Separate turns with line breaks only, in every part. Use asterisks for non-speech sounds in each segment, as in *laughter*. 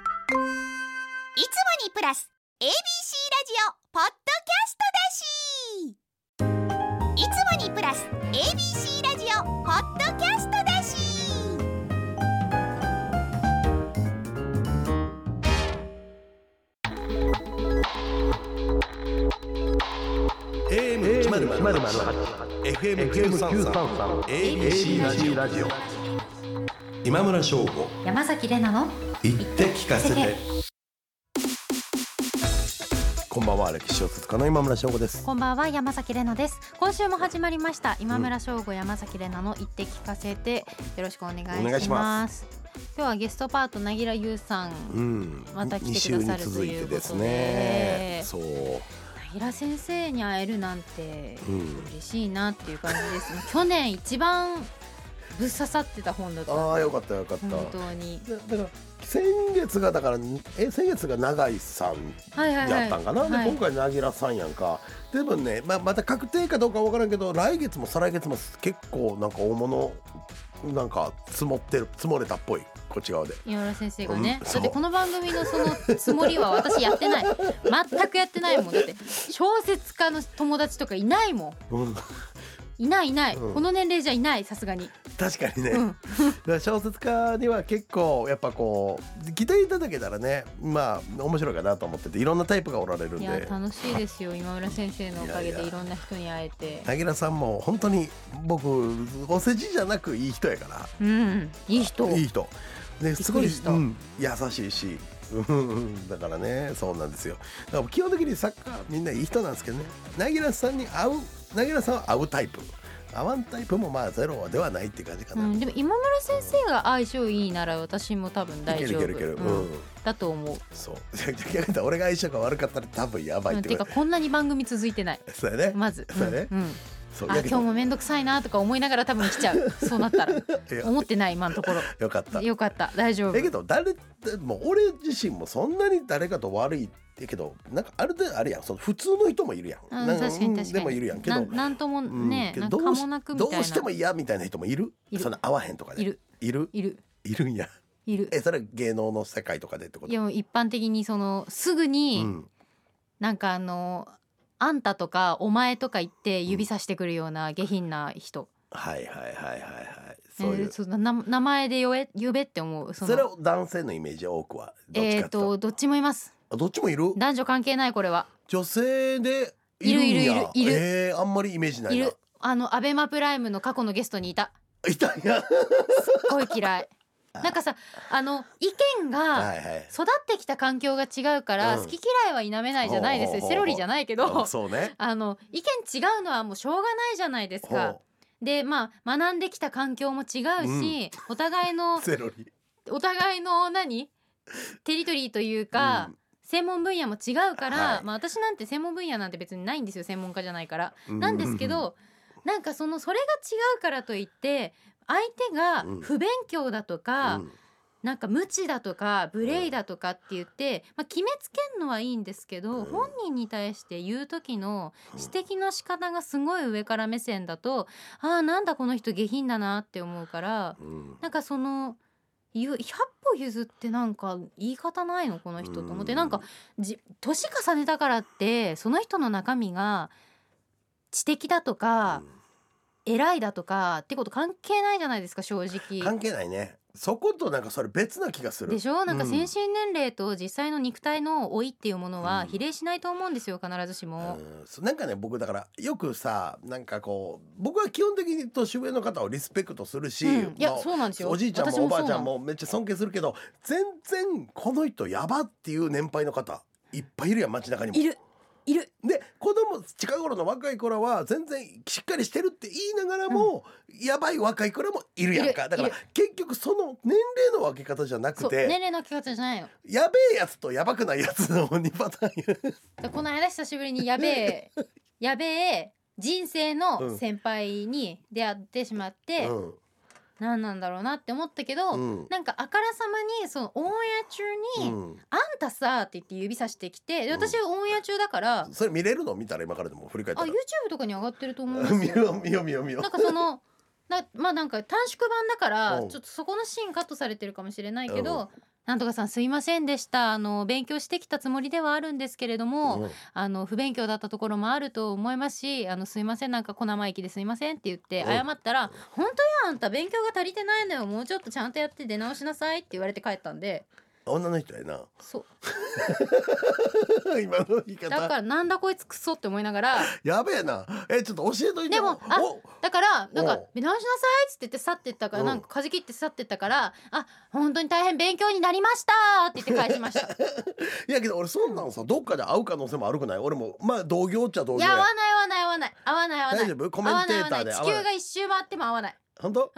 いつもにプラス ABC ラジオポッドキャストだしいつもにプラス ABC ラジオポッドキャストだし
マルマル
FM933 ABC ラジオ
ジオ
今村翔吾
山崎れなの
言って聞かせ
せ
て
て
こんばんは歴史小説家の今村翔吾です
こんばんは山崎れなです今週も始まりました今村翔吾山崎れなの言って聞かせてよろしくお願いします
お願いしま
今日はゲストパートなぎらゆうさん、
うん
また来
二
てく
週
だ
に
さる
続いてですね
と
そう
なぎら先生に会えるなんて
うん
嬉しいなっていう感じですね去年一番ぶっ刺さってた本だった
ああよかったよかった
本当に
だから先月がだからえ先月が永井さん
はいはいは
や
い
ったんかな、
はい
で今回なぎらさんやんかでもね、まあ、また確定かどうかわからんけど来月も再来月も結構なんか大物なんか積もってる積もれたっぽいこっち側で
井原先生がね、
うん
だって
そう
この番組のそのつもりは私やってない全くやってないもんだって小説家の友達とかいないも
うん
んいないいない、
うん
この年齢じゃいないさすがに
*laughs* 確かにね、
うん
だから *laughs* 小説家には結構やっぱこう聞いていただけたらねまあ面白いかなと思ってていろんなタイプがおられるん
いや
で
楽しいですよ今村先生のおかげ
いやい
で
や
いろんな人に会えて
なぎらさんも本当に僕お世辞じゃなくいい人やから
うんいい人
いい人で
くり
すごい、
した
うん優しいし、うんうんだからねそうなんですよだから基本的にサッカーみんないい人なんですけどねなぎらさんに合うなぎらさんは合うタイプ合わんタイプもまあゼロではないって感じか
う
な、
ん、でも今村先生が相性いいなら私も多分
い
大
ける
丈
い
夫
けるいける、
うん
うん
だと思う、
そう *laughs* 逆に俺が相性が悪かったら多分やばい
うん、
っててこ
か
と
こんなに番組続いてない
そうやね、
まず、
そうね
うんうん
そう
あ
やけど
今日も面倒くさいなとか思いながら多分来
*laughs*
ちゃうそうなったら
いや
思ってない今のとこ
*laughs*
ろ
よかった
よかった大丈夫
だけど誰でも俺自身もそんなに誰かと悪いだけどなんかある程度あるやんその普通の人もいるやん,
う、
なんんか、
確かに確かに
でもいるやんけど
ななんとも
うん
ね、
け
なん
ど
か
ど
か
うし
もなくみ
ど
たいな
うしても嫌みたいな人もいる
いる
その合わへんとかで
いる
いる
いる
いるんや
いる
えそれは芸能の世界とかでってこと
いやもう一般的にそのすぐ
う
に、
ん、
なんかあのあんたとかお前とか言って指さしてくるような下品な人、
はいはいはいはいはいそういう、
えーそんなな名前で呼べ呼べって思うそ
そ
の
れを男性のイメージ多くはどっ
え
ち
っ、
かっていう
とどっちもいます
あどっちもいる
男女関係ないこれは
女性でい
い
る
る
ん
いる
や
いるいる
えーあんまりイメージない
い
な
るあのアベマプライムの過去のゲストにいた
いたん
*laughs*
や
すっごい
*laughs*
嫌いなんかさあの意見が
はいはい
育ってきた環境が違うから、
うん
好き嫌いは否めないじゃないです
ほうほ
よ
うほう
セロリじゃないけど
あそうね
*laughs* あの意見違うのはもうしょうがないじゃないですか
ほ。
でまあ学んできた環境も違うし、お互いの
うセロリ
お互いの何テリトリーというか、
うん
専門分野も違うから、
はい
まあ私なんて専門分野なんて別にないんですよ専門家じゃないから。なんですけど、なんかそのそれが違うからといって相手が
うん
不勉強だと
うん
か、
うん
なんか無知だとか無礼だとかって言って、まあ、決めつけんのはいいんですけど、
うん
本人に対して言う時の
うん
指摘の仕方がすごい上から目線だと、ああなんだこの人下品だなって思うから
うん
なんかそのゆ100歩譲ってなんか言い方ないのこの人と思って、
うん
なんかじ年重ねたからってその人の中身が知的だとか、偉いだとかってこと関係ないじゃないですか正
うん
直。
関係ないねそことなんかそれ別な気がする
でしょなんか
うん
精神年齢と実際の肉体の老いっていうもの
う
は
ん
比例しないと思うんですよ必ずしも。
うんそうなんかね僕だからよくさなんかこう僕は基本的に年上の方をリスペクトするし、
うんいや
まあ
そうなんですよ
おじいちゃん
私
もおばあ
そう
ち
な
ゃ
の
んもめっちゃ尊敬するけど全然この人やばっていう年配の方いっぱいいるやん街中にも
い。るいる
で子供近頃の若い子らは全然しっかりしてるって言いながらも、やばい若い子らもいるやんか
いる
だから
いる
結局その年齢の分け方じゃな
そ
く
う年
て、
齢の聞き方じゃないの。
やべえやつとやばくないやつの2パターンや
だこの間久しぶりにやべ
*laughs*
えやべえ人
う
生
ん
の先輩に出会ってしまって、
うん
何なんだろうなって思ったけど、
うん
なんかあからさまにそのオンエア中に「
うん
あんたさ」って言って指さしてきてで私はオンエア中だから、
それ見れるの見たら今からでも振り返っ
あ
たら
YouTube とかに上がってると思うんです
見
よ。
よう見よう見よう見よう
*laughs* なんかそのなまあなんか短縮版だから
うん
ちょっとそこのシーンカットされてるかもしれないけ
うん
どなんとかさんすいませんでしたあの勉強してきたつもりではあるんですけれども、
うん
あの不勉強だったところもあると思いますしあのすいませんなんか小生意気ですいませんって言って謝
うん
ったら「本当やあんた勉強が足りてないのよもうちょっとちゃんとやって出直しなさい」って言われて帰ったんで
女の人やな *laughs*
そ
今の言いう
だか
方
らなんだこいつクソって思いな
*laughs*
がら
やべえなえちょっと教えといて
でもあ
お
だからなん
お
か
う
「出直しなさい」っつって言って去ってったから
うん
なんかかじきって去ってったから「あ本当に大変勉強になりました」って言って返し
*laughs*
ました。
いやけど俺そんなんさどっかで会う可能性も悪くない俺もまあ同業っちゃ同
い
業
や合
や
わない合わない合わない合わない合わない
大丈夫コメンテーターで合
合わない合わない地
わ
球
ない
が一周回っても合わない
本当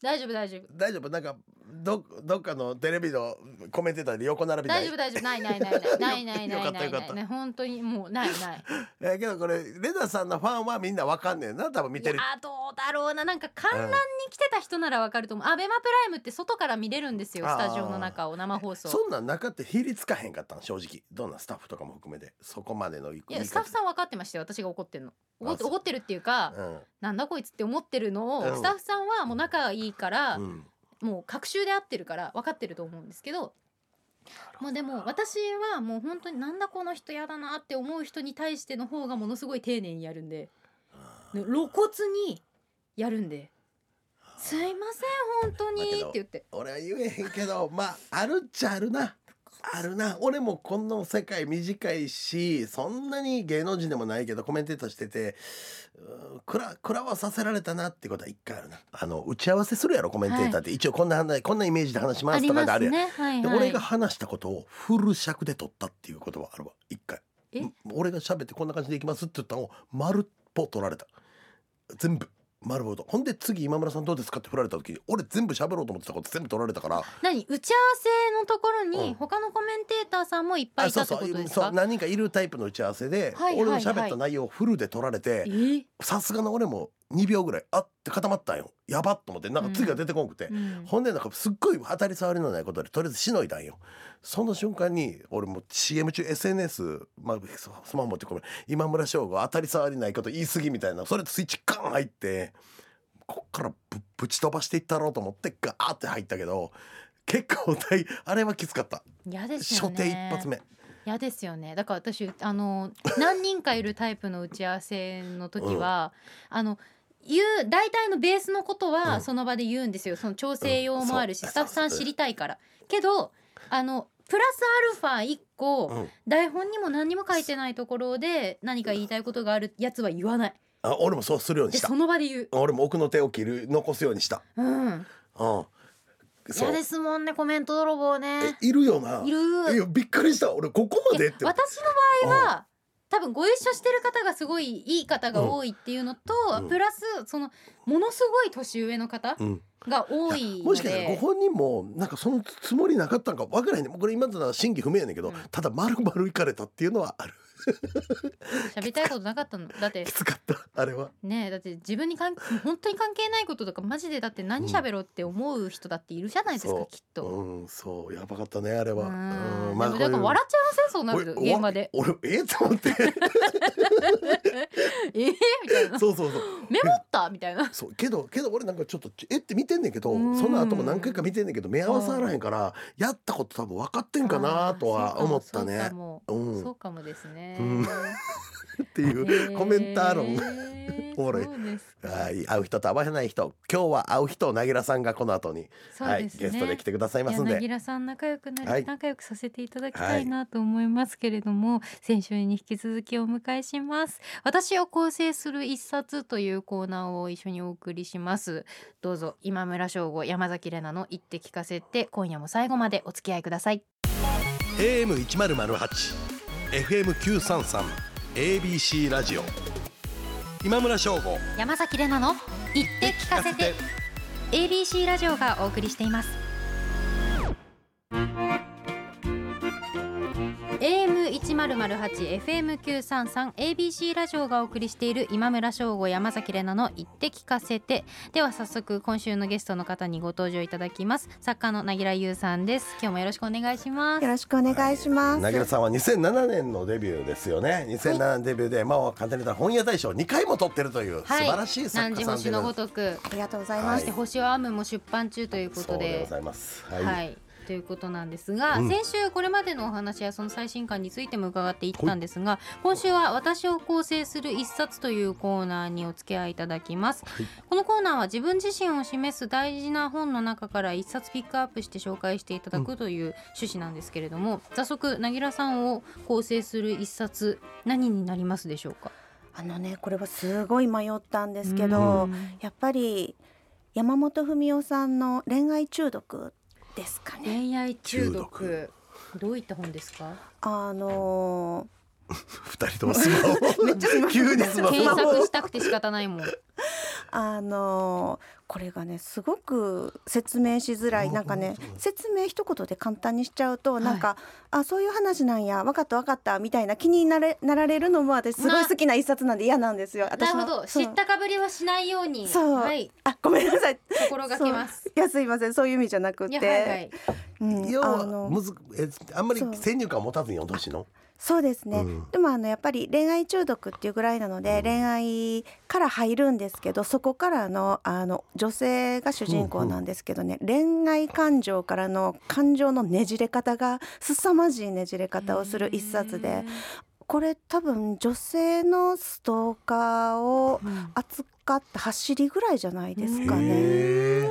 大丈夫大丈夫
大丈夫なんかどどっかのテレビのコメンテーターで横並びない
大丈夫大丈夫ないないないないないないな
よか
い
った
な
よ
い
か
な
っ
い
た
ない本当にもうないない
えーけどこれレナさんのファンはみんなわかんねえな多分見てる
いやどうだろうななんか観覧に来てた人ならわかると思うアベマプライムって外から見れるんですよ
あー
スタジオの中を生放送
そんなん中って比率かへんかったん正直どんなスタッフとかも含めてそこまでのい
いやスタッフさん分かってましたよ私が怒ってんの怒って
そう
怒ってるっていうか
うん
なんだこいつって思ってるの
う
を
ん
スタッフさんはもう仲がいいから
うん
もう隔週で会ってるから分かってると思うんですけどもうでも私はもう本当になんだこの人やだなって思う人に対しての方がものすごい丁寧にやるんでね露骨にやるんで「すいません本当に」
だ
っ
けど
て言って
俺は言えへんけど *laughs* まああるっちゃあるなあるな俺もこんな世界短いしそんなに芸能人でもないけどコメンテーターしててうーくらくらはさせられたなってことは一回あるなあの打ち合わせするやろコメンテーターって、一応こんな話こんなイメージで話しますとかであるやん、
ねはい
で俺が話したことをフル尺で取ったっていうことはあるわ一回
え
ん俺が喋ってこんな感じでいきますって言ったのを丸っぽ取られた全部丸ごとほんで次今村さんどうですかって振られた時に俺全部喋ろうと思ってたこと全部取られたから
何打ち合わせのところ
うん
に他のコメンテーターさんもいっぱい
あ
い
そ
た
う
って
そ
こと
う
です
そう
か
何人かいるタイプの打ち合わせで、
はいはい
俺の喋った内容をフルで取られて、
えー
さすがの俺も2秒ぐらいあって固まったんよやばっと思ってなんか次が出てこんくて、
うん
ほんでなんかすっごい当たり障りのないことでとりあえずしのいだんよその瞬間に俺もう CM 中 SNS、まあ、ススマホ持ってごめん今村翔吾当たり障りないこと言い過ぎみたいなそれでスイッチガーン入ってこっからぶぶち飛ばしていったろうと思ってガーって入ったけど結構大あれはきつかった、
嫌ですよ
初
ね
手一発目
嫌ですよねだから私あの何人かいるタイプの打ち合わせの時は、あの言う大体のベースのこと
う
は
ん
その場で言うんですよ、その調整用もあるし、
うんそう
スタッフさん知りたいからけどあのプラスアルファ1個、
うん
台本にも何にも書いてないところで何か言いたいことがあるやつは言わない
あ俺もそうするように
で
した
その場で言う
俺も奥の手を切る残すようにした
うん
うんそ
嫌
う
ですもんねコメント泥棒ね
えいるよない
る
いやびっくりした俺ここま
い
で
や
って
私の場合は多分ご一緒してる方がすごいいい方が多いっていうのと、
うん
プラスそのものすごい年上の方
うん
が多い
も
の
しかしたらご
で。
本人もなんかそのつもりなかったんかわからへんねこれ今となら真偽不明やねんけど、
うん
ただ丸々いかれたっていうのはある
喋りたいことなかったのだって
きつかったあれは
ねえだって自分に関本当に関係ないこととかマジでだって何喋ろうって思う人だっているじゃないですか、
そう
きっと。
うんそうやばかったねあれは
うん
まあ
でもだから笑っちゃいませんそうな
こうい
る
う
と
おい
現場で *laughs*
俺えっ、 *laughs* と思って
えー、みたいな
そうそうそう
メモったみたい
*laughs*
な
そうけどけど俺なんかちょっとちえって見てんねんけど
うん
その後も何回か見てんねんけど目合わせあらへんからやったこと多分分かってんかなとは思った
そう
ね
か。も
うん、
そうかもですね、
うんっていうコメンター論
*laughs*
が
えー
おもろい
そうですか
はい、会う人と会わない人今日は会う人をなぎらさんがこの後に、
そう
はい、
ですね、
ゲストで来てくださいますん
いやなぎ
で
らさん仲良くなり、
はい
仲良くさせていただきたいなと思いますけれども、先週に引き続きお迎えします私を構成する一冊というコーナーを一緒にお送りしますどうぞ今村翔吾山崎れなの言って聞かせて今夜も最後までお付き合いください
AM1008FM933 ABC ラジオ今村翔吾
山崎れなの言って聞かせて ABC ラジオがお送りしています AM 一ゼロゼロ八 FM 九三三 ABC ラジオがお送りしている今村翔吾山崎れなの言って聞かせてでは早速今週のゲストの方にご登場いただきます作家のなぎらゆうさんです今日もよろしくお願いします
よろしくお願いします。
なぎらさんは2007年のデビューですよね2007年デビューで、まあ簡単に言ったら本屋大賞2回も取ってるという、
はい
素晴らしい作
何
家
時
さん
星
で
の
ご
ごとく
ありがとうござい
は
ま
そ
す。
して星は雨も出版中というこ
そ
と
うで
で
ございますは、
はいい、ということなんですが、
うん
先週これまでのお話やその最新刊についても伺っていったんですが今週は「私を構成する一冊」というコーナーにお付き合いいただきます、
はい
このコーナーは自分自身を示す大事な本の中から一冊ピックアップして紹介していただくという趣旨なんですけれども、早速なぎらさんを構成する一冊何になりますでしょうか
あのねこれはすごい迷ったんで
です
けど、やっぱり山本文夫さんの恋愛中毒ですかね。
恋愛中
中
毒どういった本ですか
あの
二人ともスマ
*laughs*
ホ急にスマ
検
ホ
索したくて仕方ないもん
ーあのーこれがねすごく説明しづら
う
い
ん
なんかね
うん
説明一言で簡単にしちゃうと、
い
なんかあそういう話なんや分かった分かったみたいな気になれなられるのも私すごい好きな一冊なんで嫌なんですよ。
な
私
る
の
ほど
そ
知
う
ったかぶりはしないように
そう
はい
あごめんなさい
心がけます
*laughs* いやすいませんそういう意味じゃなく
い
て、
やはいはい
うん
要
あ
は
の
むずえあんまり
そう
先入観持たずに落としの、
そうですね、
うん
でもあのやっぱり恋愛中毒っていうぐらいなので、恋愛から入るんですけどそこからのあの女性が主人公なんですけどね、恋愛感情からの感情のねじれ方が凄まじいねじれ方をする一冊でこれ多分女性のストーカーを
うん
扱った走りぐらいじゃないですかね。
へえ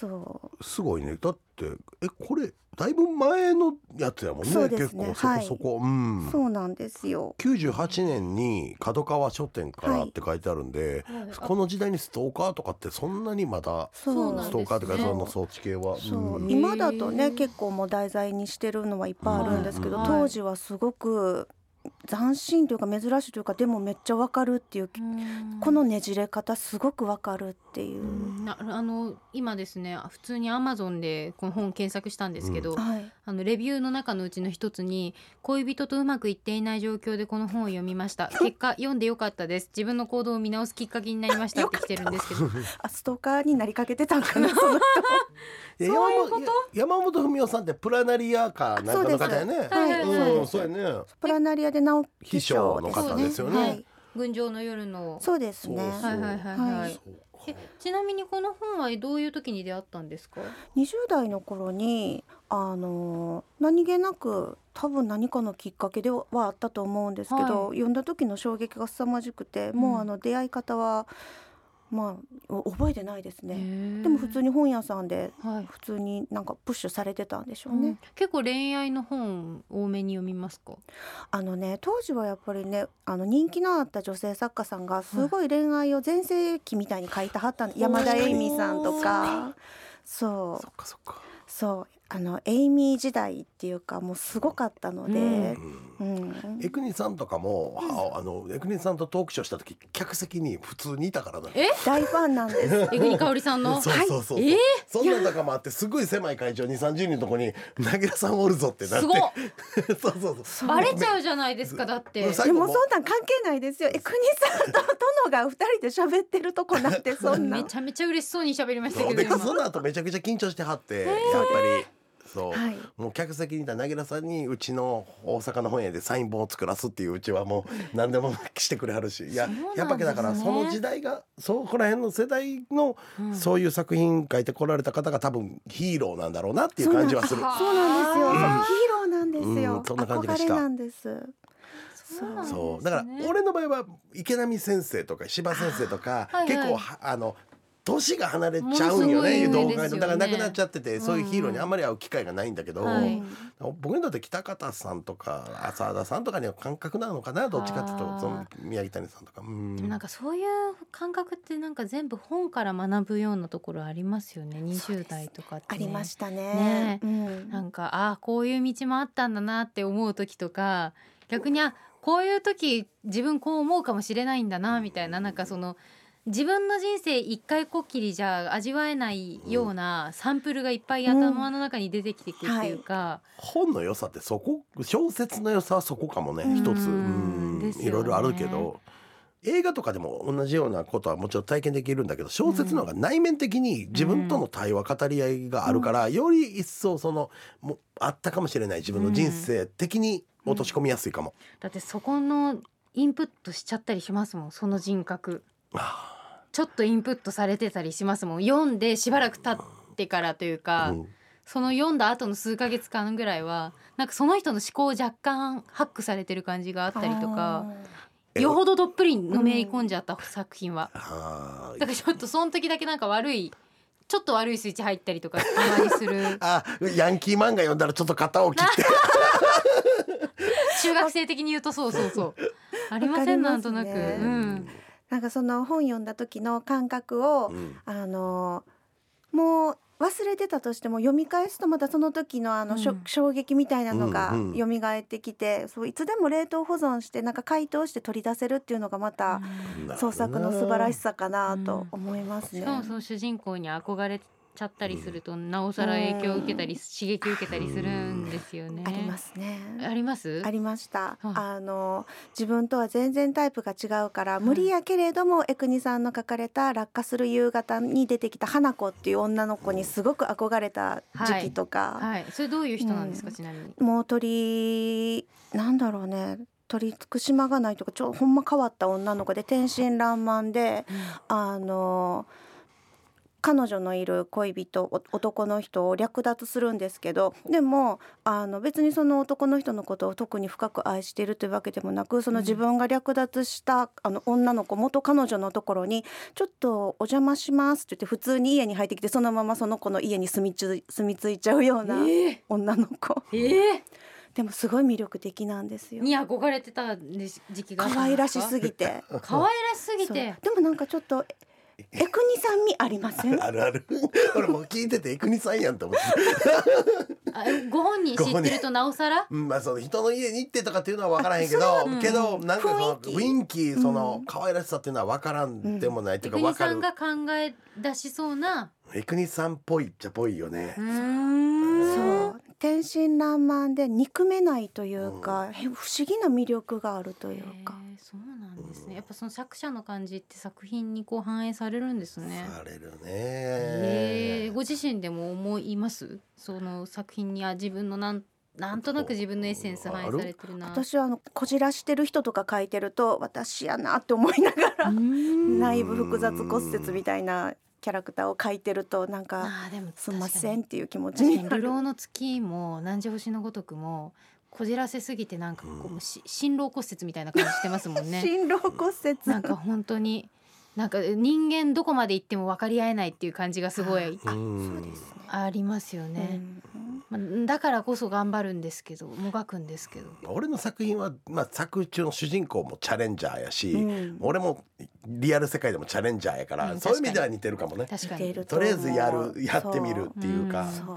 そ
すごいねだってえこれだいぶ前のやつやもんね
そうで
結
すね
構そこそこ、う
うんそうなんですよ。
98年に角川書店からって書いてあるんで、
はい
この時代にストーカーとかってそんなにまだ
そう
そうなん
ス
ですね
トーカーとかその装置系は、
そう、
ん
今だと
へ
ね
ー
結構もう題材にしてるのはいっぱいあるんですけど、
はい
当時はすごく斬新というか珍しいというかでもめっちゃわかるっていう、
うん
このねじれ方すごくわかるっていうう、
んなあの今ですね普通にアマゾンでこの本検索したんですけど、
はい
あのレビューの中のうちの一つに恋人とうまくいっていない状況でこの本を読みま
*laughs*
した結果読んでよかったです自分の行動を見直すきっかけになりましたって来てるんですけど
あストーカーになりかけてたん
*laughs*
かなその
で
そういうこ
山
と
本山本文夫さんってプラナリアかなんかの方やね
はいはいはい
ん、そうやね
プラナリアで直木賞
秘書の方ですよね
はい
群青の夜の
そうですね
そうそう
はいはいはいは
はいい
そう
え
か
ちなみにこの本はどういう時に出会ったんですか
20代の頃にあの何気なく多分何かのきっかけではあったと思うんですけど、読んだ時の衝撃が凄まじくて、もうあの出会い方はまあお覚えてないですね、で
で
も普通に本屋さんで
はい、
普通になんかプッシュされてたんでしょ
う
うね、
ん結構恋愛の本多めに読みますか
あのね当時はやっぱりねあの人気のあった女性作家さんがすごい恋愛を全盛期みたいに書いてはったん山田恵美さんとかそう
そっかそっか、
そうあのエイミー時代っていうかもうすごかったので、
うん
うん
エクニさんとかも、ああのエクニさんとトークショーした時客席に普通にいたからだ
え
大ファンな
*laughs*
んです。
えぐりかおりさん
*laughs*
の
そうそうそう、
はいえー
そんなんとかもあってすごい狭い会場に30人のとこに「なぎらさんおるぞ」ってなっ
す
て
ごっ
*laughs* そうそうそう
バレちゃうじゃないですかだって
さ
でもそんなん関係ないですよ。え国さんと殿が二人で喋ってるとこなんてそんな
め
ん。
ちゃめちゃ嬉しそうに喋りました
そう
けど
で
今
その後めちゃくちゃ緊張してはって、やっぱりそう、
はい
もう客席にいたなぎらさんにうちの大阪の本屋でサイン本を作らすっていううちはもう何でも *laughs* してくれはるしいや、
そうなんですね
やっぱりだからその時代がそこら辺の世代の
うん
そういう作品書いてこられた方が多分ヒーローなんだろうなっていう感じはする。
そうなんですよ。
うん
ヒーローなんです
う
よ
ん。そんな感じがした
憧れなんです。
そうなんですね
そうだから俺の場合は池波先生とか柴先生とか、
あーはいは
結
い
構はあの年が離れちゃうんよね
ものすごい上
同
ですよね
界のだから亡くなっちゃってて、そういうヒーローに
うん
あんまり会う機会がないんだけど、
はい
僕にとって北方さんとか浅田さんとかには感覚なのかなどっちかっていう
あ
と
ー
その宮城谷さんとか。うん
でもなんかそういう感覚ってなんか全部本から学ぶようなところありますよね20代とかって、ね、
ありました
ね
ね。うん
なんかああこういう道もあったんだなって思う時とか逆にあこういう時自分こう思うかもしれないんだなみたいななんかその自分の人生一回こっきりじゃ味わえないようなサンプルがいっぱい頭の中に出てきてくっていうか、
本の良さってそこ小説の良さはそこかもね
うん
一つ
うん
うん
ですよね
いろいろあるけど映画とかでも同じようなことはもちろん体験できるんだけど小説の方が内面的に自分との対話語り合いがあるからより一層そのもうあったかもしれない自分の人生的に落とし込みやすいかも。
だってそこのインプットしちゃったりしますもんその人格
あ
ちょっとインプットされてたりしますもん読んでしばらく経ってからというか、
ーうん
その読んだ後の数ヶ月間ぐらいはなんかその人の思考を若干ハックされてる感じがあったりとか
ー
よほどどっぷりのめり込んじゃった作品は、
あー
だからちょっとその時だけなんか悪いちょっと悪いスイッチ入ったりと *laughs* かたまにする
あヤンキー漫画読んだらちょっと肩を切って
中学生的に言うとそうそうそうありませんなんとなく、
わかります
う
ね
ん、
なんかその本読んだ時の感覚を、
うん
あのもう忘れてたとしても読み返すとまたその時のあの、しょ
うん
衝撃みたいなのが
うんう
蘇ってきて、そういつでも冷凍保存してなんか解凍して取り出せるっていうのがまた創作の素晴らしさかなと思います
し
ね。
かもその主人公に憧れちゃったりするとなおさら影響を受けたり刺激を受けたりするんですよね。
ありますね。
あります
ありました、
はい
あの自分とは全然タイプが違うから無理やけれども、江国さんの書かれた「落下する夕方」に出てきた花子っていう女の子にすごく憧れた時期とか、
はい、それどういう人なんですか、
うん
ちなみに。
もう鳥なんだろうね鳥つく島がないとかちょほんま変わった女の子で天真爛漫であの彼女のいる恋人お男の人を略奪するんですけどでもあの別にその男の人のことを特に深く愛しているというわけでもなくその
うん
自分が略奪した、あの女の子元彼女のところに「ちょっとお邪魔します」って言って普通に家に入ってきてそのままその子の家に住みつ住み着いちゃうような
え
女の子
ええ
でもすごい魅力的なんです
え
よ。
に憧れてたんです時期があった
可
ん
愛
で
ら
す
し
か
すぎて。
可愛らしすぎ
そう
て
でもなんかちょっとえ江国さん味ありません
あるある俺もう聞いてて国さんやんと思って
あご本人知ってるとな
*laughs*
おさら
うん、まあその人の家に行ってとかっていうのは分からへんけ
あ
ど、
それは
けどなんかその
雰囲気
雰囲気その
うん
可愛らしさっていうのは分からんでもないっていうか
国
分か
さ
る
んが考え出しそうな
エクニさんっぽいっちゃっぽいよね
う、ーん
そう天真爛漫で憎めないというか、へ不思議な魅力があるというか、
へえそうなんですねやっぱその作者の感じって作品にこう反映されるんですね
されるね、
ええご自身でも思いますその作品には自分のなんなんとなく自分のエッセンス反映されてるな
私はあのこじらしてる人とか書いてると私やなって思いながら、
うーん
内部複雑骨折みたいなキャラクターを書いてるとなんか
ああでも
すんませんっていう気持ち
確
に
かに
な
流
る。
浪の月も南時星のごとくもこじらせすぎてなんかこうもうし心労骨折みたいな感じしてますもん
*laughs*
ね
心労骨折
なんか本当になんか人間どこまで行っても分かり合えないっていう感じがすごい
あ
うん
そうです
ありますよね、
ね
まあ、だからこそ頑張るんですけどもがくんですけど
俺の作品は、まあ、作中の主人公もチャレンジャーやし、
うん
俺もリアル世界でもチャレンジャーやから、
うん
そういう意味では似てるかもね
確か
似て
に
いる
とりあえずやるやってみるっていうか、
そ
う
う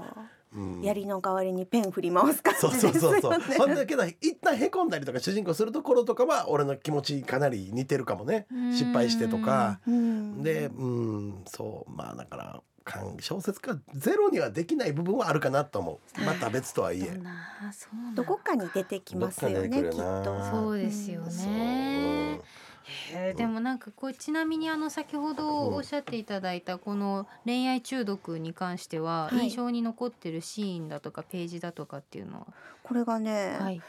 ん
そう槍の代わりにペン振り回す感
そう
じ
そう
ですよ
そう
ね
*laughs*
そう。そんだけど一旦へこんだりとか主人公するところとかは俺の気持ちかなり似てるかもね。
うん
失敗してとか。
うん
で、うん、そうまあだから感小説家ゼロにはできない部分はあるかなと思う。また別とはい
ど
え
ん。なそうなの
どこかに出てきますよ
ど
ね
っ
きっ
かに出てくるよな
と。
そうですよ
そう
ね、へえでもなんかこうちなみにあの先ほどおっしゃっていただいたこの恋愛中毒に関しては
はい
印象に残ってるシーンだとかページだとかっていうの
これがね、
は、はい、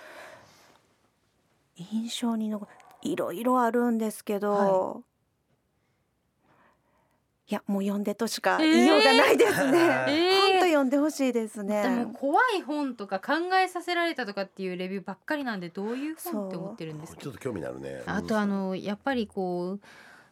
印象に残るいろいろあるんですけど、、
はい
やもう読んでとしか
えー
言いようがないですね。
え
本当
ー
読んでほしいです
でも
ね。
怖い本とか考えさせられたとかっていうレビューばっかりなんでどういう本って思ってるんですか
ちょっと興味になるね。
あとあのやっぱりこう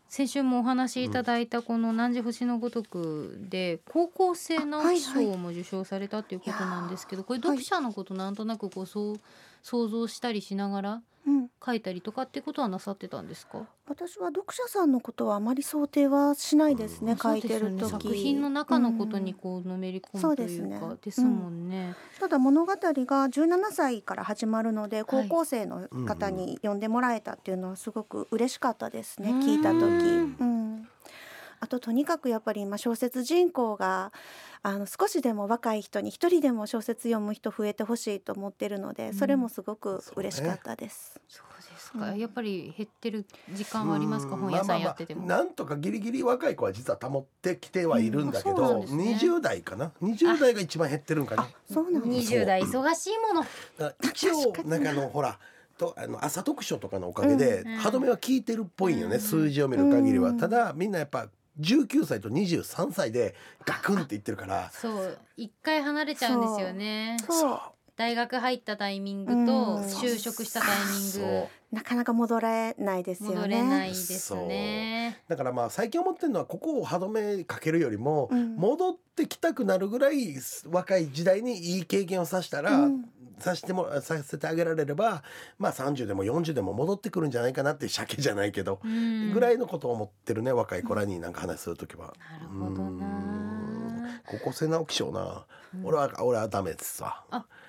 先週もお話しいただいたこの「汝星のごとく」で高校生直木賞も受賞されたということなんですけどこれ
いやー
読者のことなんとなくこうそう想像したりしながら
うん、
書いたりとかってことはなさってたんですか
私は読者さんのことはあまり想定はしないですね。書いて
そう
る
ですよね
時、
作品の中のことに
うん
こうのめり込
そ
む
う
と
です
い
ね
うかですもんね。
ただ物語が17歳から始まるので、高校生の方に読んでもらえたっていうのはすごく嬉しかったですね、
うん
聞いた時、
うん
うん、あととにかくやっぱり今小説人口があの少しでも若い人に一人でも小説読む人増えてほしいと思ってるのでそれもすごく嬉しかったです。
そうですか
うん
やっぱり減ってる時間はありますか本屋さんやってても。
まあまあまあなんとかギリギリ若い子は実は保ってきてはいるんだけ
うんそうな
ど、
んですね
20代かな20代が一番減ってるんかな。
そうなんです
20代忙しいもの
だから一応
確か
なん
に
かあのほらとあの朝読書とかのおかげで
うんうん
歯止めは効いてるっぽいよね、
うん
数字を見る限りは、
うん
ただみんなやっぱ19歳と23歳でガクンって言ってるから
そう一回離れちゃうんですよね
そう
大学入ったタイミングと
うん
就職したタイミング
そう
なかなか戻れないですよね。
戻れないですね
だからまあ最近思ってるのはここを歯止めかけるよりも、
うん
戻ってきたくなるぐらい若い時代にいい経験をさしたら、
うん
さしてもさせてあげられればまあ30でも40でも戻ってくるんじゃないかなって鮭じゃないけど、
うん
ぐらいのことを思ってるね若い子らになんか話する時は。
なるほどな
ここ瀬直樹賞な、
うん
俺は俺はダメですわ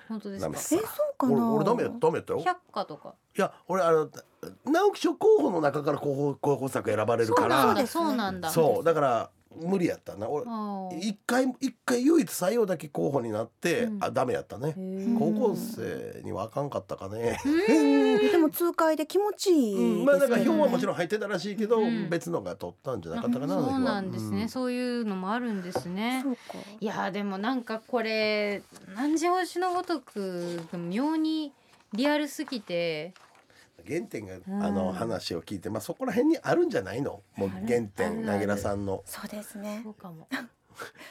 本当で
ダ
す
メで
か
す
え、そ
わ
うか
俺
な。
俺ダメよダメだよ
百科とか
いや俺あの直木賞候補の中から候補候補作選ばれる
そ
か
うなん
ら
だそうなんだ
そうだから無理やったな俺
あー
一回一回唯一採用だけ候補になって、
うん
あダメやったね
へ
高
ー
校生にはあかんかったかね、
うん
でも痛快で気持ちいいですけどね、
うんまあだから
ね
票はもちろん入ってたらしいけど、
うん
別のが取ったんじゃなかったかな
そうなんですね、
うん
そういうのもあるんですね
そうか。
いやーでもなんかこれ何時星のごとく妙にリアルすぎて
原点が
ん
あの話を聞いて、まあ、そこら辺にあるんじゃないのもう
ある
原
あるあ
点
る
なぎらさんの
そうですね
そ。うかも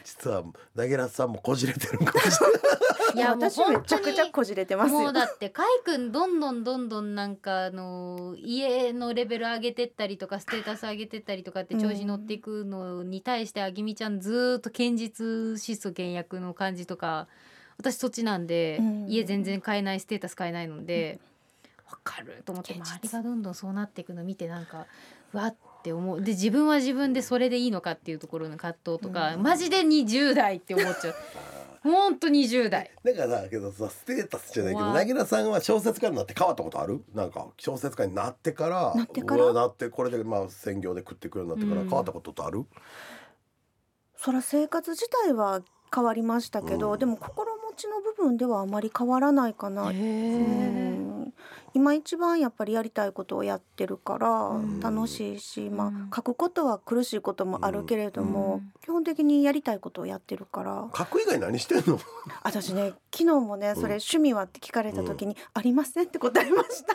実はなぎらさんもこじれてるんかもしれない
いやもう
私め
本
ち
当
ゃくちゃ
に
こじれてます
も
よ
う。だってかいくんどんどんどんどんなんかあのー家のレベル上げてったりとかステータス上げてったりとかって調子に乗っていくのに対してあぎみちゃんずーっと堅実質素倹約の感じとか私そっちなんで、
うん
家全然買えないステータス買えないのでわ、かると思って
堅
周
実
りがどんどんそうなっていくの見てなんかうわって思うで自分は自分でそれでいいのかっていうところの葛藤とか、マジで20代って思っちゃう本当20代。
だからだけどさステータスじゃないけど
怖い
なぎらさんは小説家になって変わったことあるなんか小説家になってから
なってから
俺はなってこれでまあ専業で食ってくるようになってから
うん
変わったことってある、
そら生活自体は変わりましたけど、
うん
でも心持ちの部分ではあまり変わらないかな。うん今一番やっぱりやりたいことをやってるから
うん
楽しいし、
う
ま
ん
あ書くことは苦しいこともあるけれど
う
も、
ん
基本的にやりたいことをやってるから
書く以外何してんの
私ね昨日もねそれ趣味はって聞かれた時に「ありません」って答えました。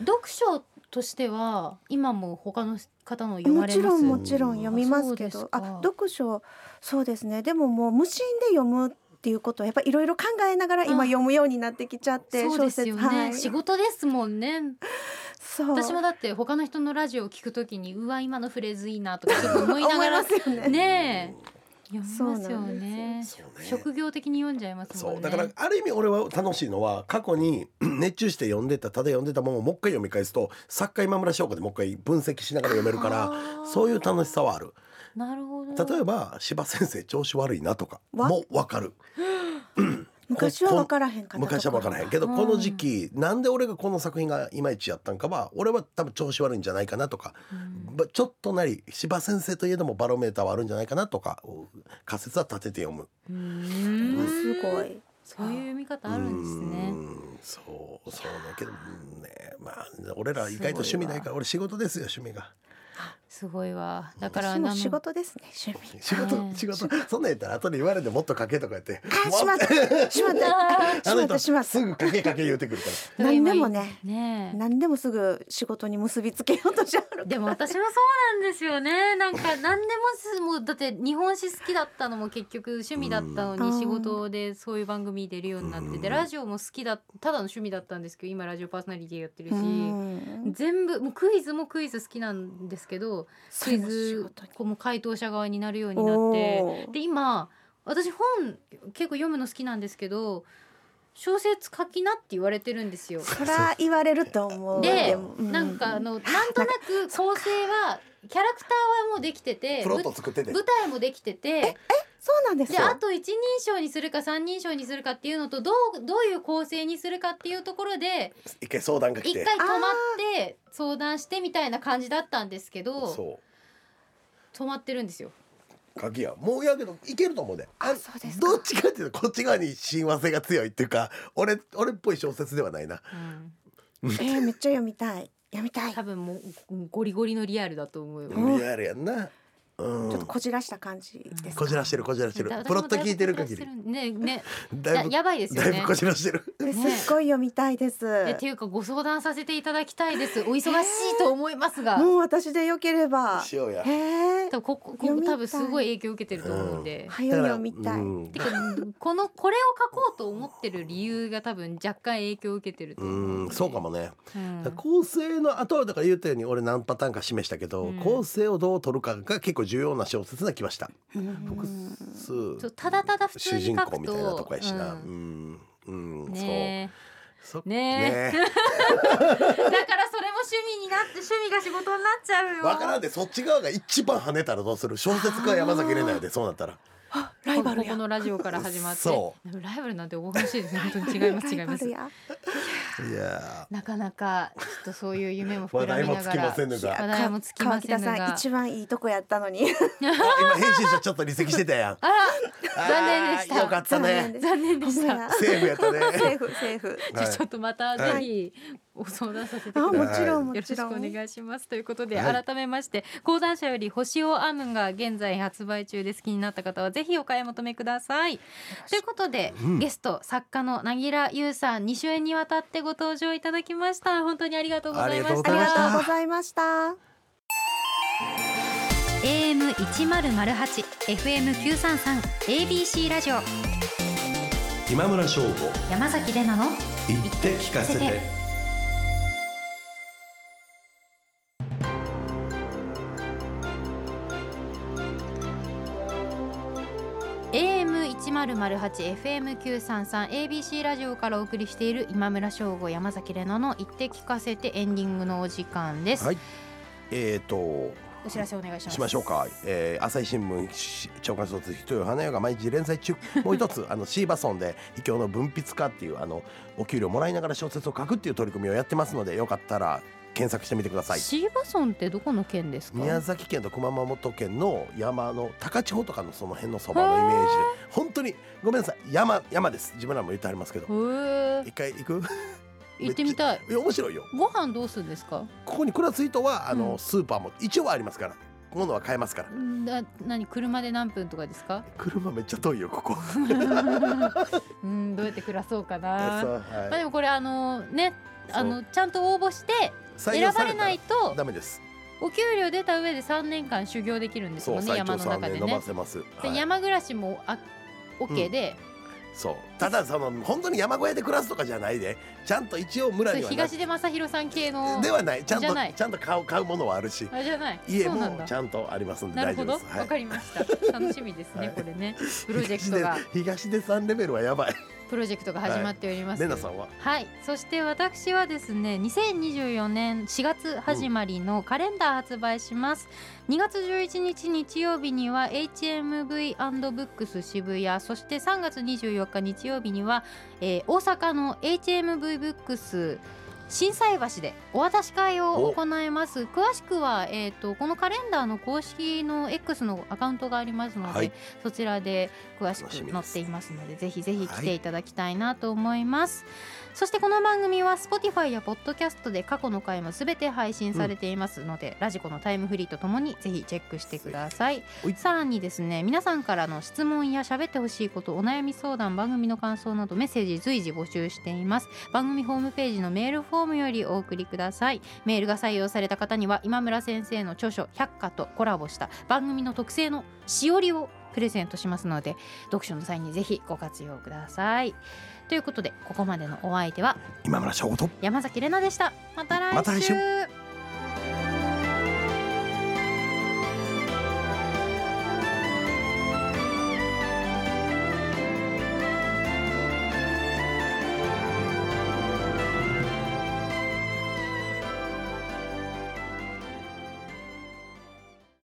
読書としては今も他の方の読ま
も
れ
ち
ま
ろ
す
んもちろん読みますけ
あそうです
ど
か
あ読書そうですねでももう無心で読むっていうことをやっぱりいろいろ考えながら
あ
今読むようになってきちゃって
そうですよね、
はい
仕事ですもんね
そう
私もだって他の人のラジオを聞くときにうわ今のフレーズいいなとかちょっと思いながら
思いますよね
ねえ読みます
そう
よ
なん
ね
そうね
職業的に読んじゃいますも
そ
んね
うだからある意味俺は楽しいのは過去に熱中して読んでたただ読んでたものをもう一回読み返すと作家今村翔子でもう一回分析しながら読めるから
あー
そういう楽しさはある
なるほど
例えば柴先生調子悪いなとか
わ
もう分かる
昔は分からへんかった
昔は分からへんけど
うん
この時期なんで俺がこの作品がいまいちやったんかは俺は多分調子悪いんじゃないかなとか
うん
ばちょっとなり柴先生といえどもバロメーターはあるんじゃないかなとか仮説は立てて読む。
う
うん
ん
すごい
そういう読み方あるんです
う
ね
んそうそうだけどうんねまあ俺ら意外と趣味ないから俺仕事ですよ趣味が
すごいわだから
私も
なん
仕事ですね趣
*laughs*
味
仕事、
ねえ
仕事そんなん言ったら後で言われてもっと書けとか言って
あしまったしま
*laughs*
っ
*laughs*
あ
た
あ
しま
の
った
人
しまっ
すぐ
た
書け書け言うてくるから
何でもね
*laughs* ねえ
何でもすぐ仕事に結びつけようとしは
*laughs*
る
でも私もそうなんですよね。なんか何でもすもうだって日本史好きだったのも結局趣味だったの
う
に
ん
仕事でそういう番組出るようになって
う
で
ん
ラジオも好きだただの趣味だったんですけど今ラジオパーソナリティやってるし
うん
全部もうクイズもクイズ好きなんですけど
そ
クイ
れも仕
ズ
事に
こうも回答者側になるようになっ
お
て
ー
で今私本結構読むの好きなんですけど小説書きなって言われてるんですよ。
そら言われると思う
で
もう
なんかあのなんとなく構成はキャラクターはもうできてて
プロット
ぶ
作ってて
舞台もできてて
そうなんです
で
よ
あと一人称にするか三人称にするかっていうのとどうどういう構成にするかっていうところで
一回相談が来
一
て
回止まって相談してみたいな感じだったんですけど
そ
止まってるんですよ。
う書きやもうやけどいけると思うであ
そうですか
どっちかっていうとこっち側に親和性が強いっていうか俺俺っぽい小説ではないな
うん
えーめっちゃ読みたい読みたいち
多分もうゴリゴリのリアルだと思うよ。
ん
リアルやんなう
ょっと
ん
こじらした感じです
こじらしてるこじらしてるプロット聞いてる限り
ねね
だい
や
ぶ
やばいですよ
だい
ね
ぶ。こじらしてる
ですっ
ね
ごい読みたいです
えっていうかご相談させていただきたいです。お忙しいと思いますが。
もう私でよければ
しようや
へえ
多分ここここ
読みたい
多分すごい影響受けてると思うんで。
早読みたい。
うん
てかこのこれを書こうと思ってる理由が多分若干影響を受けてると思うん
うん
で
そうか、もね、
うん
構成の後はだから言ったように俺何パターンか示したけど、
うん
構成をどう取るかが結構重要な小説が来ました。
うん
そう
そうただただ普通
主
に書
人
くと
公みたいなとこやしな。う
うん
ん、うん、
ねえ
そう。そ
ね
ね
だからそれも趣味になって趣味が仕事になっちゃう
え
*laughs* よ。
わからんでそっち側が一番跳ねたらどうする小説家山崎怜
*laughs*
奈やでそうなったら
あライバル
ここ
や。
のラジオから始まって。
そ
ライバルなんておかしいですね。本当に違います違い
*laughs* ライ
ま
バル
す。
や。
いや
なかなかちょっとそういう夢も膨
話
ら
題
み
も
な
つ
が
き
ら
ませんの
話 *laughs*
が
題もつきま
川
せ
北
ん
さん
が。
一番いいとこやったのに。
あ今編集者ちょっと離席してたやん
あ残念でした
あーよか
*laughs*
ったね
残念でし
ほんま
た。
や
セーフやったね
*laughs*
セーフセーフ。
じゃあちょっとまたぜ
は
ひご相談させてくだ
あ
さい。
もちろん
よ
も
ろし
ち
く
ろ
お
ん。
願いしますということで、
はい
改めまして講談社より星を編むが現在発売中です気になった方はぜひお買い求めくださいということで、
うん
ゲスト作家のなぎらゆうさん2週演にわたってご登場いただきました本当にありがとうございま
ありがとう
し
ご
あ
た
ざいま
り
し
が
た
とうございました。
AM 一ゼロゼロ八 FM 九三三 ABC ラジオ
今村翔吾
山崎れなの
言って聞かせ
て
て
AM1008 FM933 ABC ラジオからお送りしている今村翔吾山崎れなの言って聞かせてエンディングのお時間です、
はいえっと
お知らせお願いします
しましょうか、えー、朝日新聞し長官卒人よ花よが毎日連載中もう一
*laughs*
つあのシーバソンで秘境の文筆家っていうあのお給料もらいながら小説を書くっていう取り組みをやってますのでよかったら検索してみてください
シーバソンってどこの県ですか
宮崎県と熊本県の山の高千穂とかのその辺のそばのイメージで本当にごめんなさい山山です自分らも言ってありますけど
へー
一回行く
行ってみたい
いや面白いよ
ご飯どうするんですか
ここに暮らす人はあの、
うん
スーパーも一応はありますから物は買えますから
な何車で何分とかですか
車めっちゃ遠いよここ
うんどうやって暮らそうかな
*laughs* そう
まあ
は
で
い
もこれあのねあ
そ
のちゃんと応募して
採用
選
さ
ば
れ
れ
た
な
ら
いと
ダメです
お給料出た上で3年間修行できるんです
そう
も
ん
ね
最
山
長三
の中
年
で
伸ば
ね
せます、
で
はい
山暮らしもあ OK で、
そうただその本当に山小屋で暮らすとかじゃないでちゃんと一応村
それ
にはな
東出昌宏さん系の
ではないちゃん
じゃ
と
ない
ちゃんと買う買うものはあるし
あれじゃない
家
そうなん
も
だ
ちゃんとありますんで
なる
大
ほ
丈
ど
夫
わ
です、はい
かりました楽しみですね、
はい
これねプロジェクトが
*laughs* 東出さんレベルはやばい
プロジェクトが始まっておりますけ
レ
れど
ナさんは
はい、そして私はですね2024年4月始まりのカレンダー発売します、2月11日日曜日には HMV&BOOKS 渋谷そして3月24日日曜日には、えー大阪の HMVBOOKS 震災橋でお渡し会を行います詳しくは、えー、とこのカレンダーの公式の X のアカウントがありますので、
はい
そちらで詳し
楽しみ
く
です
載っていますのでぜひぜひ来
は
て
い
いただきたいなと思います、そしてこの番組は Spotify や Podcast で過去の回もすべて配信されていますので、ラジコのタイムフリーとともにぜひチェックしてください
おい
さらにですね皆さんからの質問や喋ってほしいことお悩み相談番組の感想などメッセージ随時募集しています番組ホームページのメールフォームよりお送りくださいメールが採用された方には今村先生の著書「百科」とコラボした番組の特製のしおりをプレゼントしますので読書の際にぜひご活用ください。ということでここまでのお相手は
今村翔吾と
山崎れなでしたまた来週
また来週